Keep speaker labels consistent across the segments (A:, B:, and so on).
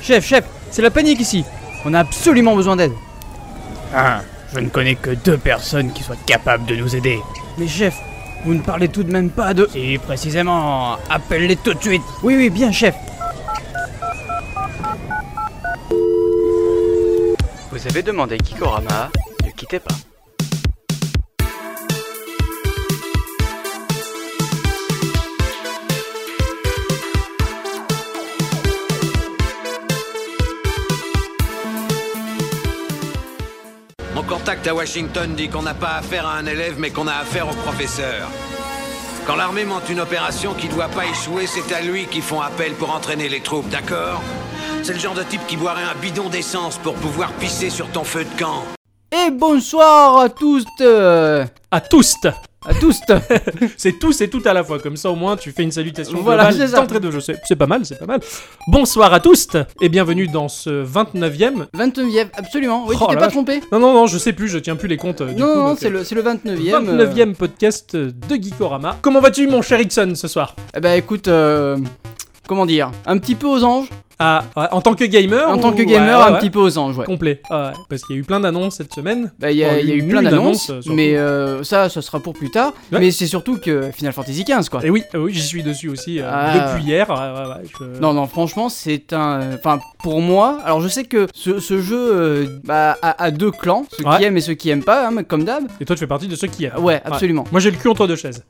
A: Chef, chef, c'est la panique ici. On a absolument besoin d'aide.
B: Ah, je ne connais que deux personnes qui soient capables de nous aider.
A: Mais chef, vous ne parlez tout de même pas de...
B: Si, précisément, appelle-les tout de suite.
A: Oui, oui, bien, chef.
C: Vous avez demandé Kikorama, ne quittez pas.
D: Mon contact à Washington dit qu'on n'a pas affaire à un élève, mais qu'on a affaire au professeur. Quand l'armée monte une opération qui doit pas échouer, c'est à lui qu'ils font appel pour entraîner les troupes, d'accord C'est le genre de type qui boirait un bidon d'essence pour pouvoir pisser sur ton feu de camp.
A: Et bonsoir à tous, euh,
E: À tous
A: à tous.
E: C'est tous et tout à la fois, comme ça au moins tu fais une salutation
A: Voilà,
E: globale
A: c'est ça.
E: d'entrée de jeu. C'est c'est pas mal, c'est pas mal. Bonsoir à tous et bienvenue dans ce 29ème.
A: 29e, absolument. Oui,
E: Oh
A: tu t'es
E: la
A: pas
E: vache.
A: trompé.
E: Non, non, non, je sais plus, je tiens plus les comptes euh, du
A: non,
E: coup.
A: non,
E: donc,
A: c'est
E: euh,
A: le, c'est le 29e. euh,
E: 29 e podcast euh, de Geekorama. Comment vas-tu, mon cher Ixon, ce soir
A: Eh ben écoute, euh, comment dire Un petit peu aux anges.
E: Ah, ouais, En tant que gamer
A: en tant que
E: ou-
A: gamer,
E: ouais,
A: un
E: ouais,
A: petit peu aux anges, ouais.
E: Complet. Ah ouais, parce qu'il y a eu plein d'annonces cette semaine.
A: Bah, il y, a
E: Bon,
A: il y a eu
E: nul
A: plein
E: d'annonce,
A: d'annonces,
E: euh, surtout.
A: mais euh, ça, ça sera pour plus tard.
E: Ouais.
A: Mais c'est surtout que Final Fantasy XV, quoi.
E: Et oui, euh, oui j'y suis dessus aussi euh,
A: Ah.
E: depuis hier. ouais, ouais, ouais, je-
A: Non, non, franchement, c'est un. Enfin, pour moi, alors je sais que ce, ce jeu euh, bah, a, a deux clans, ceux
E: Ouais. Ah
A: qui aiment et ceux qui aiment pas, hein, comme d'hab.
E: Et toi, tu fais partie de ceux qui aiment.
A: Ah Ouais, absolument.
E: Moi, j'ai le cul entre deux chaises.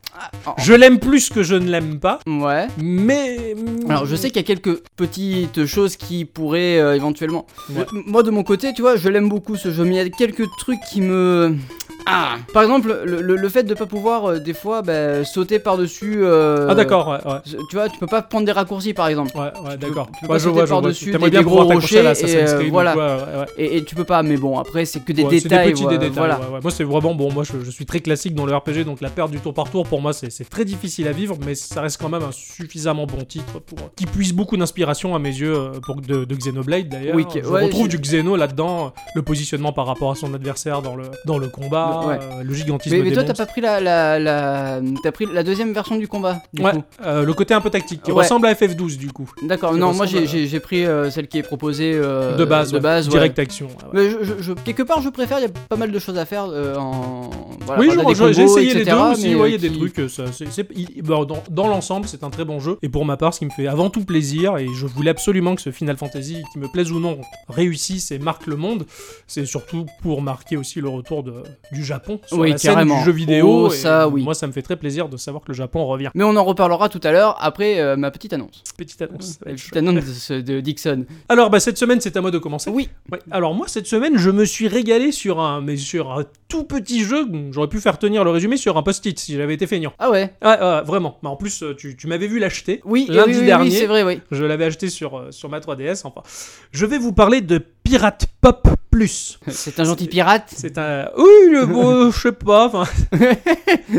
A: oh.
E: Je l'aime plus que je ne l'aime pas.
A: Ouais.
E: Mais.
A: Alors je sais qu'il y a quelques petites choses qui pourraient euh, éventuellement.
E: Ouais.
A: Je- moi de mon côté, tu vois, je l'aime beaucoup ce jeu, mais il y a quelques trucs qui me. Ah. Par exemple, le, le- le fait de pas pouvoir euh, des fois bah, sauter euh, par dessus.
E: Ah, d'accord, ouais, ouais.
A: Tu vois, tu peux pas prendre des raccourcis par exemple.
E: Ouais, ouais, d'accord.
A: tu peux
E: Ouais,
A: pas
E: je
A: sauter
E: vois, je vois.
A: par-dessus
E: T'aimerais
A: des-
E: bien
A: des
E: pouvoir
A: gros
E: t'accrocher à
A: rochers
E: l'Assassin's
A: et, euh,
E: Creed ou
A: voilà.
E: quoi, ouais, ouais.
A: Et, et tu peux pas, mais bon, après c'est que des
E: Ouais, c'est
A: détails.
E: petits,
A: ouais,
E: des détails,
A: Voilà.
E: ouais, ouais. Moi, c'est vraiment bon. Moi, je, je suis très classique dans le RPG, donc la perte du tour par tour, pour moi, c'est c'est très difficile à vivre, mais ça reste quand même un suffisamment bon titre pour euh, qui puise beaucoup d'inspiration à mes yeux euh, pour de, de Xenoblade d'ailleurs.
A: Oui, que-
E: je
A: ouais,
E: retrouve
A: je-
E: du Xeno là-dedans, euh, le positionnement par rapport à son adversaire dans le dans le combat,
A: Ouais.
E: euh, le gigantisme
A: Mais, mais
E: des
A: toi, t'as
E: monstres.
A: pas pris la, la, la- t'as pris la deuxième version du combat. du
E: Ouais,
A: coup.
E: euh, le côté un peu tactique qui
A: Ouais.
E: ressemble à FF12 du coup,
A: D'accord.
E: Ça
A: Non, moi
E: ressemble
A: j'ai-
E: à-
A: j'ai j'ai pris euh, celle qui est proposée euh,
E: de base,
A: De
E: ouais.
A: base, ouais.
E: direct action. ouais, ouais.
A: Mais je, je- je- quelque part, je préfère. Il y a pas mal de choses à faire euh, en. voilà,
E: oui,
A: enfin,
E: genre,
A: t'as des
E: j'ai j'ai
A: combos,
E: essayé les
A: etc.,
E: deux aussi.
A: mais,
E: ouais, Il
A: euh,
E: y a des
A: qui-
E: trucs. euh, ça, c'est- c'est- il- bon, dans dans l'ensemble, c'est un très bon jeu. Et pour ma part, ce qui me fait avant tout plaisir, et je voulais absolument que ce Final Fantasy, qui me plaise ou non, réussisse et marque le monde, c'est surtout pour marquer aussi le retour de, du Japon sur
A: Oui,
E: la scène
A: carrément.
E: du jeu vidéo.
A: Oh,
E: et
A: ça, oui.
E: Moi, ça me fait très plaisir de savoir que le Japon revient.
A: Mais on en reparlera tout à l'heure après euh, ma petite annonce.
E: Petite annonce.
A: La petite annonce de, ce- de Dixon.
E: Alors, bah, cette semaine, c'est à moi de commencer.
A: Oui.
E: Ouais. Alors moi cette semaine je me suis régalé sur un mais sur un tout petit jeu j'aurais pu faire tenir le résumé sur un post-it si j'avais été feignant.
A: Ah ouais.
E: Ouais, ouais, vraiment. Mais en plus, euh, tu, tu m'avais vu l'acheter.
A: Oui.
E: Lundi
A: oui, oui, oui,
E: dernier.
A: c'est vrai, oui.
E: Je l'avais acheté sur, euh, sur ma 3DS. Enfin, je vais vous parler de Pirate Pop Plus.
A: C'est un gentil pirate.
E: C'est un. Oui, le beau, je sais pas. enfin,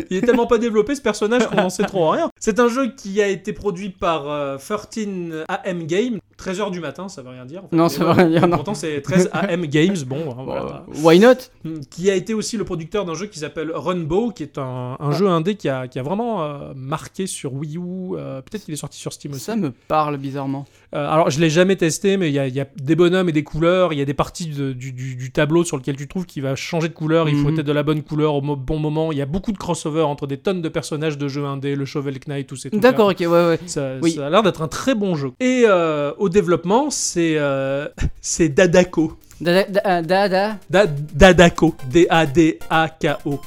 E: Il est tellement pas développé ce personnage qu'on en sait trop rien. C'est un jeu qui a été produit par euh, 13 AM Games. 13h du matin, ça veut rien dire. en fait.
A: Non,
E: Mais
A: ça veut
E: voilà.
A: rien dire, non.
E: Pourtant, c'est 13 AM Games. Bon, hein, voilà.
A: Euh, Why not
E: Mm, qui a été aussi le producteur d'un jeu qui s'appelle Runbow, qui est un,
A: Ah.
E: un jeu indé qui a, qui a vraiment euh, marqué sur Wii U. euh, Peut-être qu'il est sorti sur Steam aussi.
A: Ça me parle bizarrement.
E: Euh, alors, je l'ai jamais testé, mais il y a, il y a des bonhommes et des couleurs. Il y a des parties de- du, du- du tableau sur lequel tu trouves qui va changer de couleur. Il faut
A: Mhm.
E: être de la bonne couleur au mo- bon moment. Il y a beaucoup de crossover entre des tonnes de personnages de jeux indés, le Shovel Knight, tous ces trucs.
A: D'accord, ok, ouais, ouais.
E: Ça,
A: Oui.
E: ça a l'air d'être un très bon jeu. Et euh, au développement, c'est euh, c'est Dadako.
A: Da da, da, da.
E: Da- Dadako. D-A-D-A-K-O.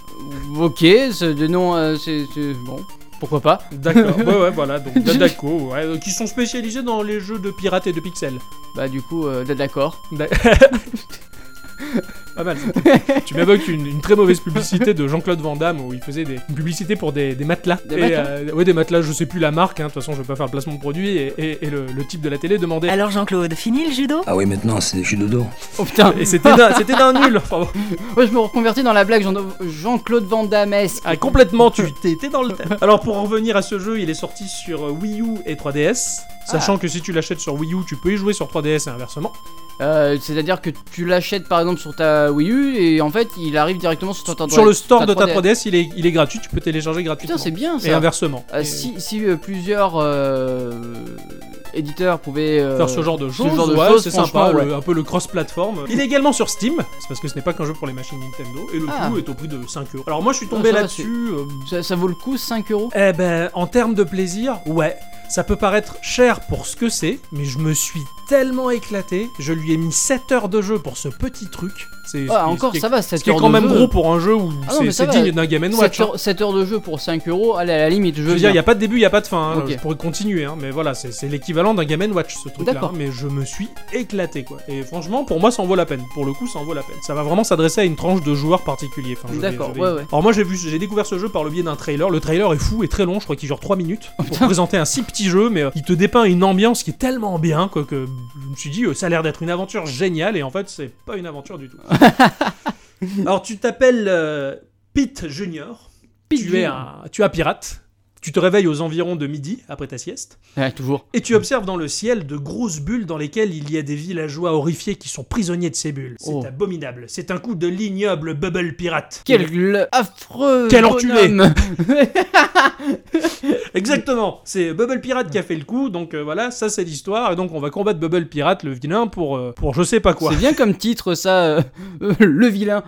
A: Ok, ce de nom, euh, c'est c'est- bon. Pourquoi pas
E: D'accord, ouais, ouais, voilà, donc Dadako, ouais, euh, qui sont spécialisés dans les jeux de pirates et de pixels.
A: Bah du coup, euh, da- d'accord.
E: Da- Pas mal. tu m'évoques une, une très mauvaise publicité de Jean-Claude Van Damme où il faisait des une publicité pour des, des matelas.
A: Des
E: Et,
A: matelas
E: euh, ouais, des matelas, je sais plus la marque, hein, de toute façon, je vais pas faire le placement de produit. Et, et- et le, le type de la télé demandait.
F: Alors Jean-Claude, fini le judo
G: Ah oui, maintenant, c'est des jus de dos.
A: Oh putain,
E: Et c'était d'un c'était d'un nul. Enfin, bon.
A: ouais, je me reconvertis dans la blague Jean- Jean-Claude Van Damme.
E: Ah, complètement, tu t'étais dans le thème. Alors, pour en revenir à ce jeu, il est sorti sur euh, Wii U et 3DS. Sachant que si tu l'achètes sur Wii U, tu peux y jouer sur 3DS et inversement.
A: Euh, C'est-à-dire que tu l'achètes par exemple sur ta Wii U et en fait il arrive directement sur ton
E: sur le store de ta
A: 3DS.
E: 3DS, il, est, il est gratuit, tu peux télécharger gratuitement.
A: Putain, Euh, c'est bien ça.
E: Et inversement.
A: Euh,
E: Et-
A: si si, euh, plusieurs euh, éditeurs pouvaient euh,
E: faire ce genre de choses,
A: genre de
E: ouais,
A: choses,
E: c'est sympa,
A: franchement,
E: le- un peu le cross-platform. Il est également sur Steam, c'est parce que ce n'est pas qu'un jeu pour les machines Nintendo, et le
A: Ah.
E: coût est au prix de 5 euros. Alors moi je suis
A: Ah,
E: tombé
A: ça va,
E: là-dessus, euh,
A: Ça, ça vaut le coup 5 euros
E: eh ben, en termes de plaisir, ouais. Ça peut paraître cher pour ce que c'est, mais je me suis tellement éclaté. Je lui ai mis 7 heures de jeu pour ce petit truc. C'est ce qui-
A: Ah, encore,
E: ce qui est-
A: ça va, 7
E: ce qui est
A: heures
E: quand
A: de
E: même
A: jeu.
E: gros pour un jeu où
A: Ah non,
E: c'est
A: mais ça
E: c'est
A: va.
E: digne d'un Game Watch.
A: 7
E: hein.
A: heures, 7 heures de jeu pour 5 euros, allez, à la limite, je
E: Je veux dire, il n'y a pas de début, il n'y a pas de fin. hein.
A: Ok.
E: Je pourrais continuer, hein, mais voilà, c'est c'est l'équivalent d'un Game Watch, ce truc-là.
A: D'accord.
E: hein, mais je me suis éclaté, quoi. Et franchement, pour moi, ça en vaut la peine. Pour le coup, ça en vaut la peine. Ça va vraiment s'adresser à une tranche de joueurs particuliers. Enfin, je vais-
A: D'accord,
E: je vais-
A: ouais, ouais.
E: Alors moi, j'ai vu, j'ai découvert ce jeu par le biais d'un trailer. Le trailer est fou et très long, je crois qu'il dure 3 minutes.
A: Oh,
E: pour présenter un si petit jeu, mais euh, il te dépeint une ambiance qui est tellement bien, quoi, que je me suis dit, euh, ça a l'air d'être une aventure géniale, et en fait, c'est pas une aventure du tout. Alors, tu t'appelles euh, Pete Junior tu es un, tu es un pirate. Tu te réveilles aux environs de midi après ta sieste
A: Ouais, toujours.
E: et tu observes dans le ciel de grosses bulles dans lesquelles il y a des villageois horrifiés qui sont prisonniers de ces bulles. C'est
A: Oh.
E: abominable. C'est un coup de l'ignoble bubble pirate.
A: Quel le- affreux
E: Quel enculé.
A: bonhomme.
E: Exactement. C'est Bubble Pirate qui a fait le coup. Donc euh, voilà, ça c'est l'histoire et donc on va combattre Bubble Pirate le vilain pour euh, pour je sais pas quoi.
A: C'est bien comme titre, ça, euh, euh, le vilain.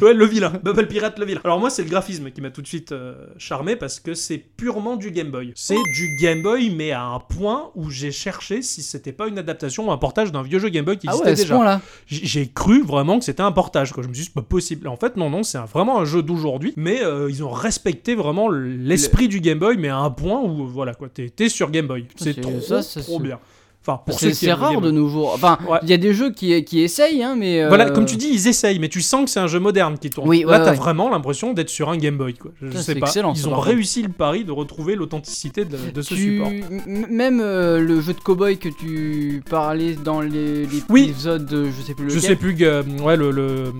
E: Ouais, le vilain. Bubble Pirate, le vilain. Alors moi, c'est le graphisme qui m'a tout de suite euh, charmé parce que c'est purement du Game Boy. C'est du Game Boy, mais à un point où j'ai cherché si c'était pas une adaptation ou un portage d'un vieux jeu Game Boy qui
A: Ah
E: existait
A: ouais, à ce
E: déjà.
A: point-là.
E: J- J'ai cru vraiment que c'était un portage. Quoi. Je me suis dit, c'est pas possible. En fait, non, non, c'est un- vraiment un jeu d'aujourd'hui, mais euh, ils ont respecté vraiment l'esprit du Game Boy, mais à un point où, euh, voilà, quoi, t'es t'es sur Game Boy. C'est
A: c'est-
E: trop,
A: ça, ça,
E: trop
A: c'est-
E: bien. Enfin, pour ceux
A: C'est
E: qui
A: c'est
E: aiment le
A: rare
E: Game
A: de
E: Boy.
A: nos jours. Enfin, il
E: Ouais.
A: y a des jeux qui, qui essayent, hein, mais. euh,
E: Voilà, comme tu dis, ils essayent, mais tu sens que c'est un jeu moderne qui tourne.
A: Oui, ouais,
E: Là, t'as
A: ouais.
E: vraiment l'impression d'être sur un Game Boy. Quoi. Je
A: Putain,
E: sais
A: c'est
E: pas.
A: excellent,
E: Ils
A: ça,
E: ont
A: par contre.
E: réussi le pari de retrouver l'authenticité de, de ce
A: tu-
E: support.
A: m- Même euh, le jeu de cowboy que tu parlais dans les, les
E: Oui.
A: épisodes, de- je sais plus
E: Je
A: lequel.
E: sais plus, que, euh, ouais, le, le-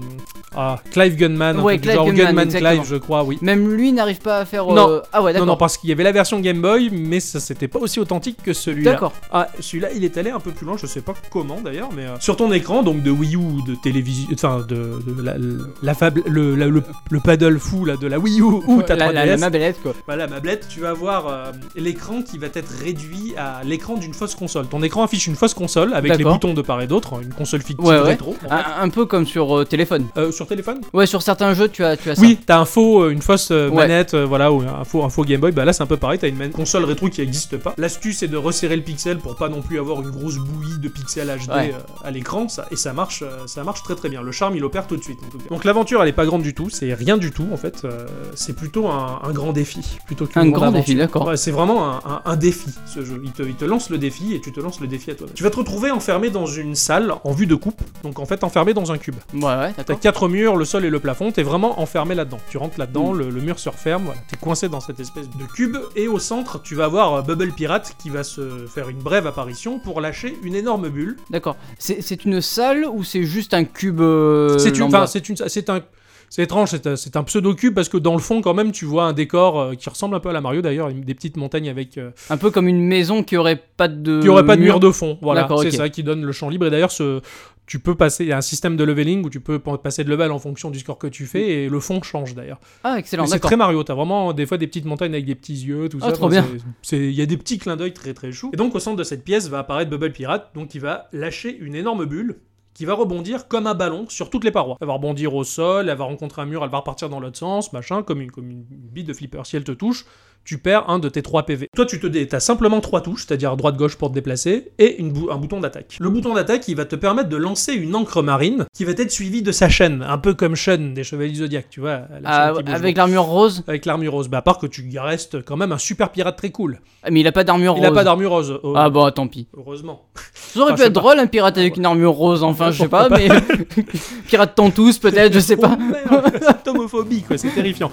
E: ah, Clive Gunman, un
A: Ouais,
E: truc du
A: Clive
E: genre
A: Gunman,
E: Gunman
A: exactement.
E: Clive, je crois, oui.
A: Même lui n'arrive pas à faire.
E: Non.
A: euh, Ah ouais,
E: Non, non,
A: d'accord.
E: parce qu'il y avait la version Game Boy, mais ça c'était pas aussi authentique que celui-là.
A: D'accord.
E: Ah, celui-là, il est allé un peu plus loin, je sais pas comment d'ailleurs, mais euh, sur ton écran, donc de Wii U, ou de télévision, enfin de, de la, la fable, le, la- le, le paddle fou là de la Wii U ou ta 3DS.
A: la, la, la mabellette, quoi.
E: Voilà, ma blette, tu vas avoir euh, l'écran qui va être réduit à l'écran d'une fausse console. Ton écran affiche une fausse console avec les
A: D'accord.
E: boutons de part et d'autre, hein, une console fictive
A: Ouais, Ah. ouais.
E: rétro. en fait.
A: Un, un peu comme sur euh, téléphone.
E: Euh, sur téléphone
A: Ouais, sur certains jeux, tu as, tu as ça.
E: Oui, t'as un faux, euh, une fausse euh,
A: Ouais.
E: manette, euh, voilà, ou un faux, un faux Game Boy. Bah là, c'est un peu pareil, t'as une man- console rétro qui n'existe pas. L'astuce est de resserrer le pixel pour pas non plus avoir une grosse bouillie de pixels HD
A: Ouais.
E: euh, à l'écran, ça, et ça marche, euh, ça marche très très bien. Le charme, il opère tout de suite. en tout cas. Donc l'aventure, elle est pas grande du tout, c'est rien du tout en fait. euh, c'est plutôt un, un grand défi, plutôt qu'une
A: Un
E: grande
A: grand
E: aventure.
A: défi, d'accord.
E: Ouais, c'est vraiment un, un- un défi, ce jeu. Il te, il te lance le défi et tu te lances le défi à toi. Tu vas te retrouver enfermé dans une salle en vue de coupe, donc en fait enfermé dans un cube.
A: Ouais, ouais,
E: T'as
A: d'accord.
E: quatre murs, le sol et le plafond, t'es vraiment enfermé là-dedans. Tu rentres là-dedans, le, le mur se referme, voilà. t'es coincé dans cette espèce de cube, et au centre, tu vas voir euh, Bubble Pirate qui va se faire une brève apparition pour lâcher une énorme bulle.
A: D'accord. C'est c'est une salle ou c'est juste un cube. euh,
E: c'est une,
A: lambda
E: enfin, c'est une, c'est un, c'est étrange, c'est un, c'est un pseudo-cube parce que dans le fond, quand même, tu vois un décor euh, qui ressemble un peu à la Mario d'ailleurs, une- des petites montagnes avec. euh,
A: Un peu comme une maison qui aurait pas de.
E: qui aurait pas de mur de fond. Voilà,
A: D'accord,
E: c'est
A: ok.
E: ça qui donne le champ libre. Et d'ailleurs, ce, tu peux passer, il y a un système de leveling où tu peux pa- passer de level en fonction du score que tu
A: Mm.
E: fais et le fond change d'ailleurs.
A: Ah, excellent,
E: Mais C'est
A: d'accord.
E: très Mario, t'as vraiment des fois des petites montagnes avec des petits yeux, tout
A: Ah,
E: ça.
A: trop
E: Enfin,
A: bien.
E: c'est- c'est- Il y a des petits clins d'œil très très choux. Et donc au centre de cette pièce va apparaître Bubble Pirate, donc il va lâcher une énorme bulle qui va rebondir comme un ballon sur toutes les parois. Elle va rebondir au sol, elle va rencontrer un mur, elle va repartir dans l'autre sens, machin, comme une, comme une bille de flipper. Si elle te touche, tu perds un de tes 3 PV. Toi, tu te dé... as simplement trois touches, c'est-à-dire droite-gauche pour te déplacer, et une bou- un bouton d'attaque. Le bouton d'attaque, il va te permettre de lancer une encre marine qui va être suivie de sa chaîne, un peu comme Sean des Chevaliers du Zodiac, tu vois. la
A: Ah,
E: chaîne qui bouge
A: avec l'armure rose
E: avec l'armure rose. Bah, à part que tu restes quand même un super pirate très cool.
A: Ah, Mais il a pas d'armure
E: Il
A: rose.
E: a pas d'armure rose. oh,
A: Ah bah tant pis.
E: Heureusement.
A: Ça aurait
E: Enfin,
A: pu
E: je
A: être
E: sais pas.
A: drôle un pirate avec une armure rose, enfin je sais pas, mais. pirate tantous peut-être, je sais pas.
E: Oh, merde, cette homophobie, quoi, c'est terrifiant.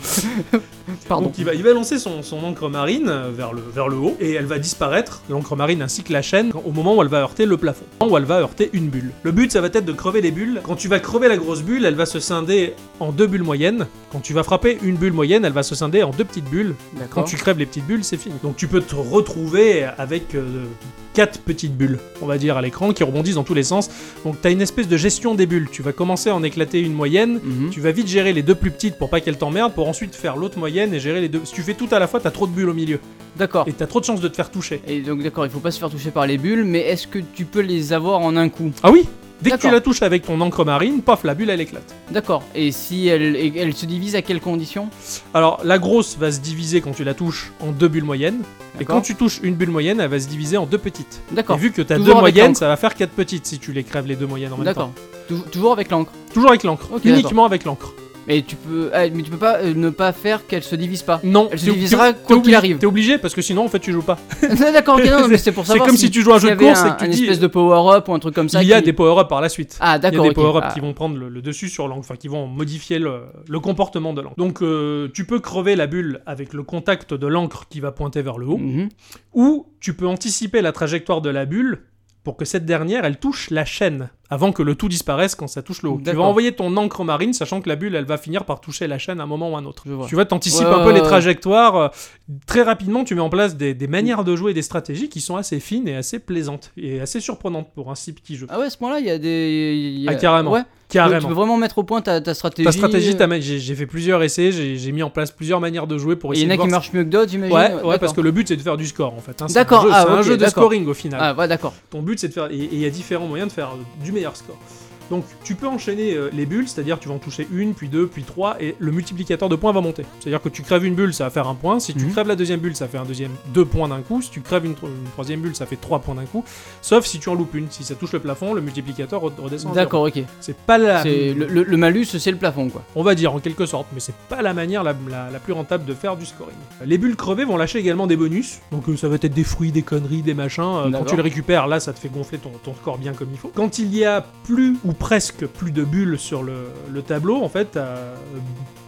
A: Pardon.
E: Donc, il va, il va lancer son, son encre marine euh, vers le, vers le haut et elle va disparaître, l'encre marine ainsi que la chaîne, quand- au moment où elle va heurter le plafond, où elle va heurter une bulle. Le but, ça va être de crever les bulles. Quand tu vas crever la grosse bulle, elle va se scinder en deux bulles moyennes. Quand tu vas frapper une bulle moyenne, elle va se scinder en deux petites bulles. Quand
A: D'accord.
E: tu crèves les petites bulles, c'est fini. Donc tu peux te retrouver avec euh, quatre petites bulles, on va dire, à l'écran qui rebondissent dans tous les sens. Donc t'as une espèce de gestion des bulles. Tu vas commencer à en éclater une moyenne.
A: Mhm.
E: Tu vas vite gérer les deux plus petites pour pas qu'elles t'emmerdent, pour ensuite faire l'autre moyenne et gérer les deux. Si tu fais tout à la fois, t'as t'as trop de bulles au milieu.
A: D'accord.
E: Et t'as trop de chances de te faire toucher.
A: Et donc d'accord, il faut pas se faire toucher par les bulles, mais est-ce que tu peux les avoir en un coup
E: Ah oui Dès que tu
A: D'accord.
E: la touches avec ton encre marine, paf, la bulle elle éclate.
A: D'accord. Et si elle, et- elle se divise à quelles conditions
E: Alors la grosse va se diviser quand tu la touches en deux bulles moyennes. Et
A: D'accord.
E: quand tu touches une bulle moyenne, elle va se diviser en deux petites. Et
A: D'accord.
E: vu que t'as
A: Toujours
E: deux
A: avec
E: moyennes,
A: l'encre.
E: ça va faire quatre petites si tu les crèves les deux moyennes en même
A: D'accord.
E: temps.
A: Tou- toujours avec l'encre.
E: Toujours avec l'encre.
A: Ok,
E: Uniquement avec l'encre.
A: Mais tu peux, ah, mais tu peux pas euh, ne pas faire qu'elle se divise pas.
E: Non,
A: Elle se
E: t'es-
A: divisera
E: t'es- t'es
A: quoi qu'il
E: obligé-
A: arrive.
E: T'es obligé parce que sinon en fait tu joues pas.
A: D'accord. ok, non, non, mais c'est pour
E: C'est
A: savoir.
E: comme si tu joues à un
A: s'il
E: jeu
A: y
E: de
A: avait
E: course
A: un-
E: et que tu
A: un
E: dis- euh,
A: espèce de power-up ou un truc comme ça.
E: Il y a
A: qui-
E: des power-ups par la suite.
A: Ah
E: Il y a
A: d'accord.
E: des
A: ok.
E: power-ups
A: Ah,
E: qui vont prendre le, le dessus sur l'encre, enfin qui vont modifier le, le comportement de l'encre. Donc euh, tu peux crever la bulle avec le contact de l'encre qui va pointer vers le haut,
A: mhm.
E: ou tu peux anticiper la trajectoire de la bulle pour que cette dernière elle touche la chaîne avant que le tout disparaisse quand ça touche le haut. Tu vas
A: D'accord.
E: envoyer ton encre marine sachant que la bulle elle va finir par toucher la chaîne à un moment ou un autre.
A: Je vois.
E: Tu vois,
A: Ouais,
E: t'anticipes un
A: ouais,
E: peu les
A: ouais.
E: trajectoires. euh, Très rapidement, tu mets en place des, des manières de jouer et des stratégies qui sont assez fines et assez plaisantes et assez surprenantes pour un si petit jeu.
A: Ah ouais, à ce moment-là, il y a des. il y a-
E: Ah, carrément.
A: Ouais. Tu peux
E: Carrément.
A: vraiment mettre au point ta, ta stratégie. euh,
E: Ta stratégie, ta ma- j'ai j'ai fait plusieurs essais, j'ai j'ai mis en place plusieurs manières de jouer pour
A: Et Il y
E: essayer
A: en a
E: de
A: qui
E: voir
A: marchent mieux que d'autres,
E: si-
A: j'imagine.
E: Ouais, ouais, parce
A: d'accord.
E: que le but c'est de faire du score en fait. hein. C'est un
A: D'accord,
E: jeu-
A: ah,
E: c'est un
A: ok,
E: jeu de
A: d'accord.
E: scoring au final.
A: Ah ouais, d'accord.
E: Ton but c'est de faire. Et et il y a différents moyens de faire euh, du meilleur score. Donc tu peux enchaîner euh, les bulles, c'est-à-dire tu vas en toucher une, puis deux, puis trois, et le multiplicateur de points va monter. C'est-à-dire que tu crèves une bulle, ça va faire un point. Si tu
A: Mhm.
E: crèves la deuxième bulle, ça fait un deuxième deux points d'un coup. Si tu crèves une, tro- une troisième bulle, ça fait trois points d'un coup. Sauf si tu en loupes une. Si ça touche le plafond, le multiplicateur re- redescend. à zéro.
A: D'accord, ok.
E: C'est pas la.
A: C'est le, le- le malus, c'est le plafond, quoi.
E: on va dire en quelque sorte, mais c'est pas la manière la, la- la plus rentable de faire du scoring. Les bulles crevées vont lâcher également des bonus, donc euh, ça va être des fruits, des conneries, des machins. euh, quand
A: D'accord.
E: tu les récupères, là ça te fait gonfler ton, ton score bien comme il faut. Quand il y a plus ou presque plus de bulles sur le, le tableau, en fait, t'as, euh,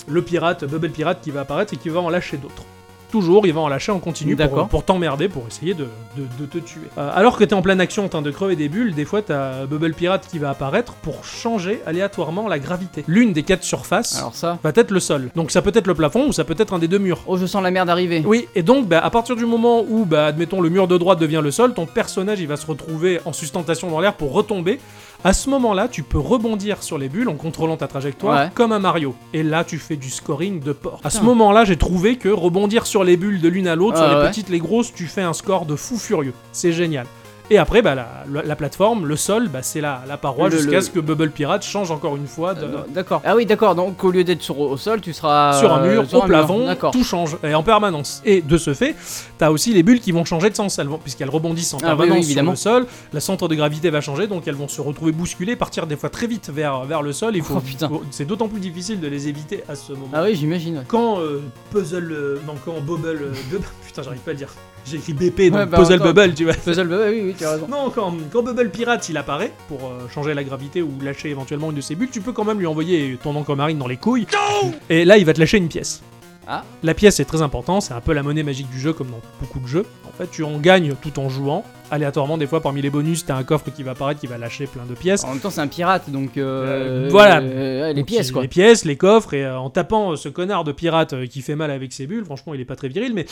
E: le pirate, Bubble Pirate qui va apparaître et qui va en lâcher d'autres. Toujours, il va en lâcher en continu pour,
A: D'accord.
E: pour t'emmerder, pour essayer de, de- de te tuer. Euh, alors que t'es en pleine action en train de crever des bulles, des fois t'as Bubble Pirate qui va apparaître pour changer aléatoirement la gravité. L'une des quatre surfaces
A: Alors ça.
E: va être le sol. Donc ça peut être le plafond ou ça peut être un des deux murs.
A: Oh, je sens la merde arriver.
E: Oui, et donc bah, à partir du moment où, bah, admettons, le mur de droite devient le sol, ton personnage il va se retrouver en sustentation dans l'air pour retomber. À ce moment-là, tu peux rebondir sur les bulles en contrôlant ta trajectoire
A: Ouais.
E: comme un Mario. Et là, tu fais du scoring de port. À ce
A: Putain.
E: moment-là, j'ai trouvé que rebondir sur les bulles de l'une à l'autre,
A: Ah
E: sur les
A: ouais.
E: petites, les grosses, tu fais un score de fou furieux. C'est génial. Et après, bah, la, la- la plateforme, le sol, bah, c'est la, la paroi
A: Le-
E: jusqu'à
A: le-
E: ce que Bubble Pirate change encore une fois de,
A: Euh, non, d'accord. Ah oui, d'accord. Donc au lieu d'être sur, au sol, tu seras
E: sur un
A: euh,
E: mur,
A: sur
E: au plafond,
A: D'accord.
E: tout change et en permanence. Et de ce fait, t'as aussi les bulles qui vont changer de sens, elles vont- puisqu'elles rebondissent en
A: Ah oui, oui,
E: permanence sur
A: évidemment.
E: le sol. La centre de gravité va changer, donc elles vont se retrouver bousculées, partir des fois très vite vers, vers le sol. Il faut,
A: Oh, putain.
E: faut- c'est d'autant plus difficile de les éviter à ce moment.
A: Ah oui, j'imagine. ouais.
E: Quand euh, Puzzle, euh, non quand Bubble, euh, Bub- putain j'arrive pas à le dire. J'ai écrit BP donc
A: Ouais, bah,
E: Puzzle
A: attends.
E: Bubble, tu vois.
A: Puzzle, bah oui, oui, tu as raison.
E: Non, quand, quand Bubble Pirate il apparaît pour euh, changer la gravité ou lâcher éventuellement une de ses bulles, tu peux quand même lui envoyer ton encre marine dans les couilles. et là, il va te lâcher une pièce.
A: Ah.
E: La pièce est très importante, c'est un peu la monnaie magique du jeu comme dans beaucoup de jeux. En fait, tu en gagnes tout en jouant. Aléatoirement, des fois, parmi les bonus, t'as un coffre qui va apparaître qui va lâcher plein de pièces.
A: En même temps, c'est un pirate, donc. euh,
E: Euh, voilà.
A: euh, ouais, les
E: Donc,
A: pièces,
E: il-
A: quoi.
E: Les pièces, les coffres, et euh, en tapant euh, ce connard de pirate euh, qui fait mal avec ses bulles, franchement, il est pas très viril, mais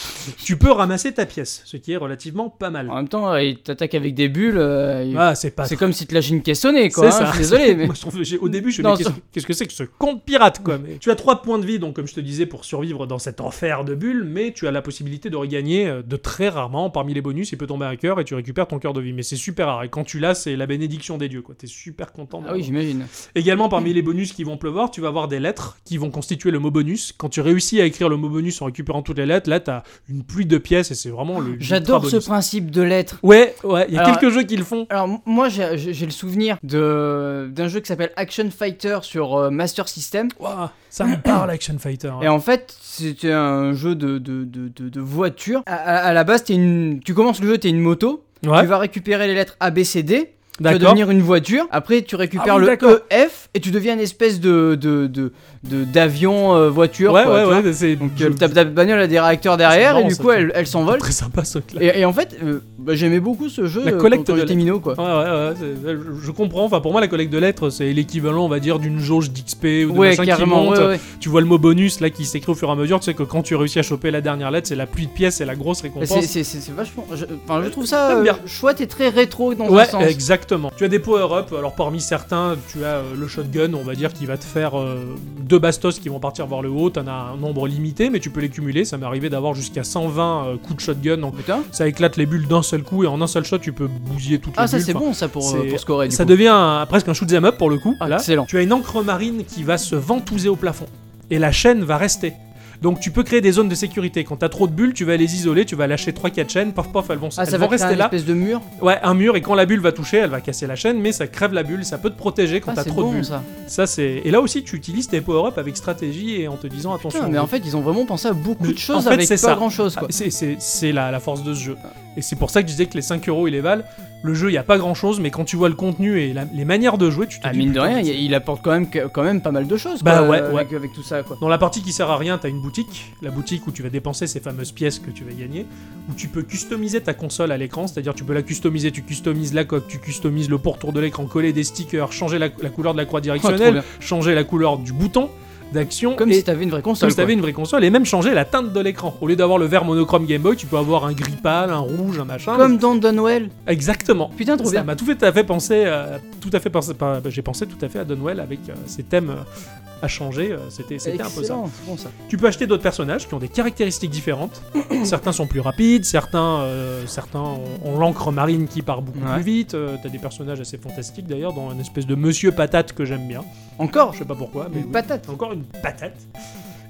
E: tu peux ramasser ta pièce, ce qui est relativement pas mal.
A: En même temps, euh, il t'attaque avec des bulles. euh, il-
E: Ah, c'est pas
A: c'est comme si te lâchait une caissonnée, quoi.
E: C'est
A: hein,
E: ça.
A: je suis désolé, mais.
E: Moi, je trouve- j'ai- au début, je suis
A: Non,
E: mais qu'est-ce
A: ça-
E: qu'est-ce que c'est que ce compte pirate, quoi mais... Tu as 3 points de vie, donc comme je te disais, pour survivre dans cet enfer de bulles, mais tu as la possibilité de regagner euh, de très rarement parmi les bonus. Il peut tomber un cœur et tu récupères ton cœur de vie, mais c'est super rare. Et quand tu l'as, c'est la bénédiction des dieux, quoi. T'es super content. de
A: Ah oui,
E: l'avoir.
A: j'imagine.
E: Également, parmi les bonus qui vont pleuvoir, tu vas avoir des lettres qui vont constituer le mot bonus. Quand tu réussis à écrire le mot bonus en récupérant toutes les lettres, là, t'as une pluie de pièces et c'est vraiment le.
A: J'adore ce
E: ultra bonus.
A: principe de lettres.
E: Ouais, ouais, il y a
A: Alors,
E: quelques jeux qui le font.
A: Alors m- moi j'ai- j'ai j'ai le souvenir de d'un jeu qui s'appelle Action Fighter sur euh, Master System
E: Ouah, ça me parle, Action Fighter.
A: et en fait c'était un jeu de, de, de, de- de voiture. À, à- à la base t'es une... tu commences le jeu t'es une moto,
E: Ouais,
A: tu vas récupérer les lettres A B C D, tu vas
E: d'accord.
A: devenir une voiture. Après tu récupères
E: Ah oui,
A: le
E: d'accord.
A: E F et tu deviens une espèce de de de- de- d'avion euh, voiture.
E: Ouais,
A: quoi, tu vois.
E: ouais, ouais, c'est
A: Donc
E: je-
A: euh, ta, ta bagnole a des réacteurs derrière
E: marrant,
A: et du
E: ça,
A: coup
E: tu-
A: elle, elle s'envole.
E: Très sympa ce clap.
A: Et, et en fait euh, bah, j'aimais beaucoup ce jeu
E: La Oh,
A: euh, quand-
E: collecte
A: quand
E: de
A: j'étais
E: lettres.
A: minot quoi.
E: Ouais, ouais, ouais, c'est- je, je comprends. Enfin, pour moi, la collecte de lettres, c'est l'équivalent, on va dire, d'une jauge d'XP ou de
A: Ouais
E: machin qui
A: carrément
E: monte. euh,
A: ouais, ouais.
E: Tu vois le mot bonus là qui s'écrit au fur et à mesure. Tu sais que quand tu réussis à choper la dernière lettre, c'est la pluie de pièces, c'est la grosse
A: C'est-
E: récompense.
A: C'est c'est- c'est vachement. je- Enfin, je trouve ça
E: J'aime
A: euh,
E: bien.
A: chouette et très rétro dans un
E: Ouais,
A: sens.
E: Exactement. Tu as des power-up, alors parmi certains, tu as euh, le shotgun, on va dire, qui va te faire euh, deux bastos qui vont partir vers le haut, t'en as un nombre limité, mais tu peux les cumuler, ça m'est arrivé d'avoir jusqu'à 120 euh, coups de shotgun, donc
A: Putain.
E: ça éclate les bulles d'un seul coup, et en un seul shot, tu peux bousiller toutes les
A: Ah, ça
E: bulles.
A: c'est
E: Enfin,
A: bon ça pour,
E: c'est-
A: euh, pour scorer du
E: ça
A: coup.
E: devient un- presque un shoot'em up pour le coup.
A: Ah,
E: là.
A: excellent.
E: Tu as une encre marine qui va se ventouser au plafond. Et la chaîne va rester. Donc tu peux créer des zones de sécurité. Quand t'as trop de bulles, tu vas les isoler, tu vas lâcher 3-4 chaînes, pof pof, elles vont,
A: Ah,
E: elles
A: ça
E: vont
A: va créer
E: rester
A: une
E: là.
A: espèce de mur.
E: Ouais, un mur, et quand la bulle va toucher, elle va casser la chaîne, mais ça crève la bulle, ça peut te protéger quand
A: Ah,
E: t'as
A: c'est
E: trop de
A: bon
E: bulles.
A: ça.
E: Ça, c'est... Et là aussi, tu utilises tes power-up avec stratégie et en te disant attention.
A: Putain, mais en fait, ils ont vraiment pensé à beaucoup
E: Mais
A: de
E: en
A: choses
E: fait,
A: avec
E: c'est
A: pas
E: ça.
A: grand chose
E: Ah,
A: quoi.
E: c'est, c'est- c'est la, la force de ce jeu. Et c'est pour ça que je disais que les 5 euros et les balles, le jeu, il n'y a pas grand chose, mais quand tu vois le contenu et la- les manières de jouer, tu te
A: Ah,
E: dis,
A: mine de
E: putain,
A: rien,
E: mais
A: il, il apporte quand même, quand même pas mal de choses
E: Bah,
A: quoi,
E: ouais,
A: euh,
E: ouais.
A: Avec, avec tout ça quoi.
E: Dans la partie qui sert à rien, t'as une boutique, la boutique où tu vas dépenser ces fameuses pièces que tu vas gagner, où tu peux customiser ta console à l'écran, c'est-à-dire tu peux la customiser, tu customises la coque, tu customises le pourtour de l'écran, coller des stickers, changer la, la couleur de la croix
A: Oh, trop
E: directionnelle,
A: bien.
E: changer la couleur du bouton d'action,
A: Comme
E: et
A: si t'avais une vraie
E: comme
A: console.
E: si t'avais
A: quoi.
E: une vraie console, et même changer la teinte de l'écran. Au lieu d'avoir le vert monochrome Game Boy, tu peux avoir un gris pâle, un rouge, un machin.
A: Comme dans Dunwell.
E: Exactement.
A: Putain, trop
E: Ça
A: bien.
E: m'a tout, fait- à fait penser, euh, tout à fait pensé, pas- bah, j'ai pensé tout à fait à Dunwell avec euh, ses thèmes euh, à changer, euh, c'était c'était un peu ça.
A: Excellent, c'est bon ça.
E: Tu peux acheter d'autres personnages qui ont des caractéristiques différentes. certains sont plus rapides, certains, euh, certains ont, ont l'encre marine qui part beaucoup
A: Ouais.
E: plus vite. euh, T'as des personnages assez fantastiques d'ailleurs, dans une espèce de monsieur patate que j'aime bien.
A: Encore
E: Je sais pas pourquoi, Ah, mais
A: Une
E: oui.
A: patate.
E: Encore une patate.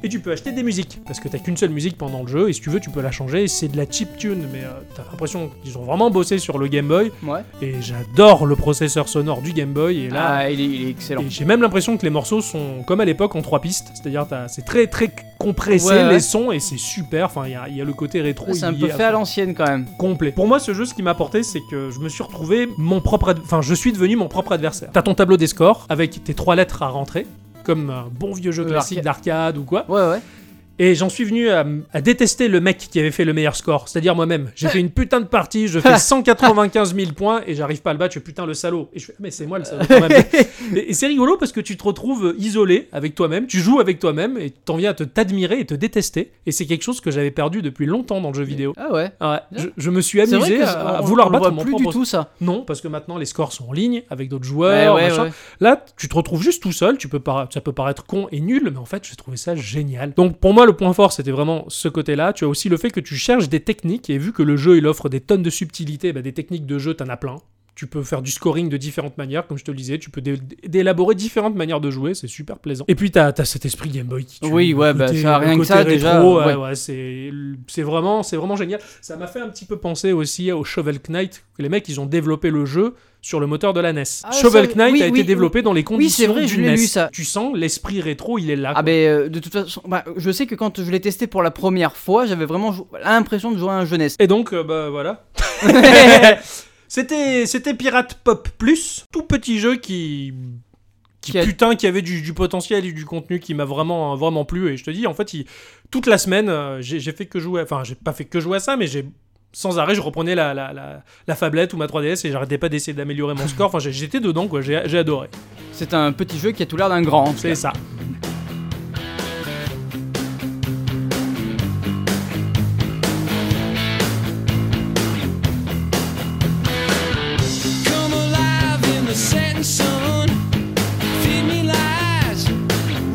E: Et tu peux acheter des musiques, parce que t'as qu'une seule musique pendant le jeu, et si tu veux, tu peux la changer. C'est de la chip tune, mais euh, t'as l'impression qu'ils ont vraiment bossé sur le Game Boy.
A: Ouais.
E: Et j'adore le processeur sonore du Game Boy, et là,
A: Ah, il est, il est excellent.
E: et j'ai même l'impression que les morceaux sont comme à l'époque en trois pistes, c'est-à-dire t'as- c'est très très compressé
A: Ouais, ouais.
E: les sons et c'est super. Enfin, il y a- il y, a le côté rétro.
A: Ah, C'est
E: il
A: un
E: y
A: peu
E: est à
A: fait à
E: fond.
A: l'ancienne quand même.
E: complet. Pour moi, ce jeu, ce qui m'a apporté, c'est que je me suis retrouvé mon propre, ad- enfin, je suis devenu mon propre adversaire. T'as ton tableau des scores avec tes trois lettres à rentrer, comme un bon vieux jeu
A: Euh,
E: classique
A: arca-
E: d'arcade ou quoi.
A: Ouais, ouais.
E: Et j'en suis venu à, à détester le mec qui avait fait le meilleur score, c'est-à-dire moi-même. J'ai fait une putain de partie, je fais 195 000 points et j'arrive pas à le battre, je fais putain le salaud. Et je fais, mais c'est moi le salaud quand même. et et c'est rigolo parce que tu te retrouves isolé avec toi-même, tu joues avec toi-même et t'en viens à te t'admirer et te détester. Et c'est quelque chose que j'avais perdu depuis longtemps dans le jeu vidéo.
A: Ah ouais.
E: Ah ouais, je, je me suis
A: C'est vrai
E: amusé
A: que
E: à, à
A: on-
E: vouloir
A: on
E: battre
A: voit
E: mon
A: plus
E: propre
A: du tout ça.
E: non, parce que maintenant les scores sont en ligne avec d'autres joueurs.
A: Ouais, ouais,
E: machin.
A: ouais.
E: Là, tu te retrouves juste tout seul. Tu peux para- ça peut paraître con et nul, mais en fait, j'ai trouvé ça génial. Donc pour moi, le point fort, c'était vraiment ce côté-là. Tu as aussi le fait que tu cherches des techniques et vu que le jeu il offre des tonnes de subtilités, bah, des techniques de jeu, t'en as plein. Tu peux faire du scoring de différentes manières, comme je te le disais. Tu peux dé- d'élaborer différentes manières de jouer, c'est super plaisant. Et puis, t'as as cet esprit Game Boy qui tue.
A: Oui, ouais,
E: Le
A: bah,
E: côté-
A: ça,
E: le
A: rien que
E: côté
A: ça, déjà,
E: rétro, ouais,
A: ouais.
E: ouais, c'est c'est vraiment, c'est vraiment génial. Ça m'a fait un petit peu penser aussi au Shovel Knight. que Les mecs, ils ont développé le jeu sur le moteur de la NES.
A: Ah,
E: Shovel
A: ça,
E: Knight
A: oui,
E: a
A: oui,
E: été développé dans les conditions
A: vrai,
E: du
A: je l'ai
E: NES.
A: lu, ça.
E: Tu sens l'esprit rétro, il est là.
A: Ah
E: quoi.
A: ben euh, de toute façon, bah, je sais que quand je l'ai testé pour la première fois, j'avais vraiment jou- l'impression de jouer à un jeunesse.
E: Et donc, euh, bah voilà. c'était, c'était Pirate Pop Plus, tout petit jeu qui. Qui,
A: Qui a-
E: putain, qui avait du, du potentiel et du contenu qui m'a vraiment, vraiment plu. Et je te dis, en fait, il- toute la semaine, euh, j'ai, j'ai fait que jouer. à- Enfin, j'ai pas fait que jouer à ça, mais j'ai. Sans arrêt, je reprenais la, la, la, la tablette ou ma 3DS et j'arrêtais pas d'essayer d'améliorer mon score. Enfin, j'ai- j'étais dedans, quoi. J'ai, j'ai adoré.
A: C'est un petit jeu qui a tout l'air d'un grand. en tout cas.
E: C'est ça.
F: Come alive in the setting sun. Feed me lies,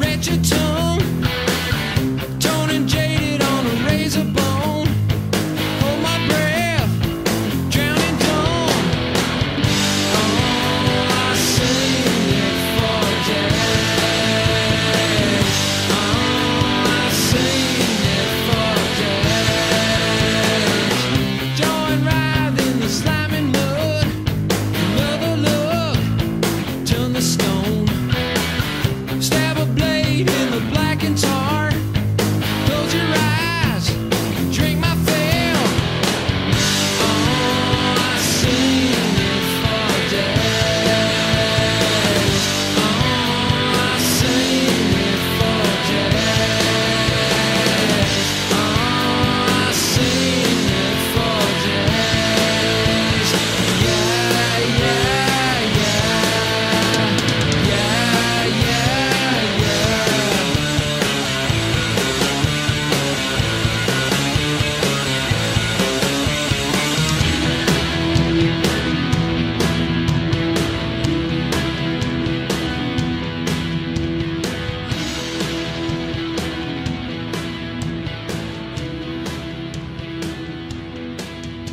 F: read your tongue. Torn and jaded on a razor bone. Hold my breath, drowning dawn. Oh, I sing it for Jack. Oh, I sing it for Jack. Joyride in the slimy mud. Another look, Oh, Oh, Oh,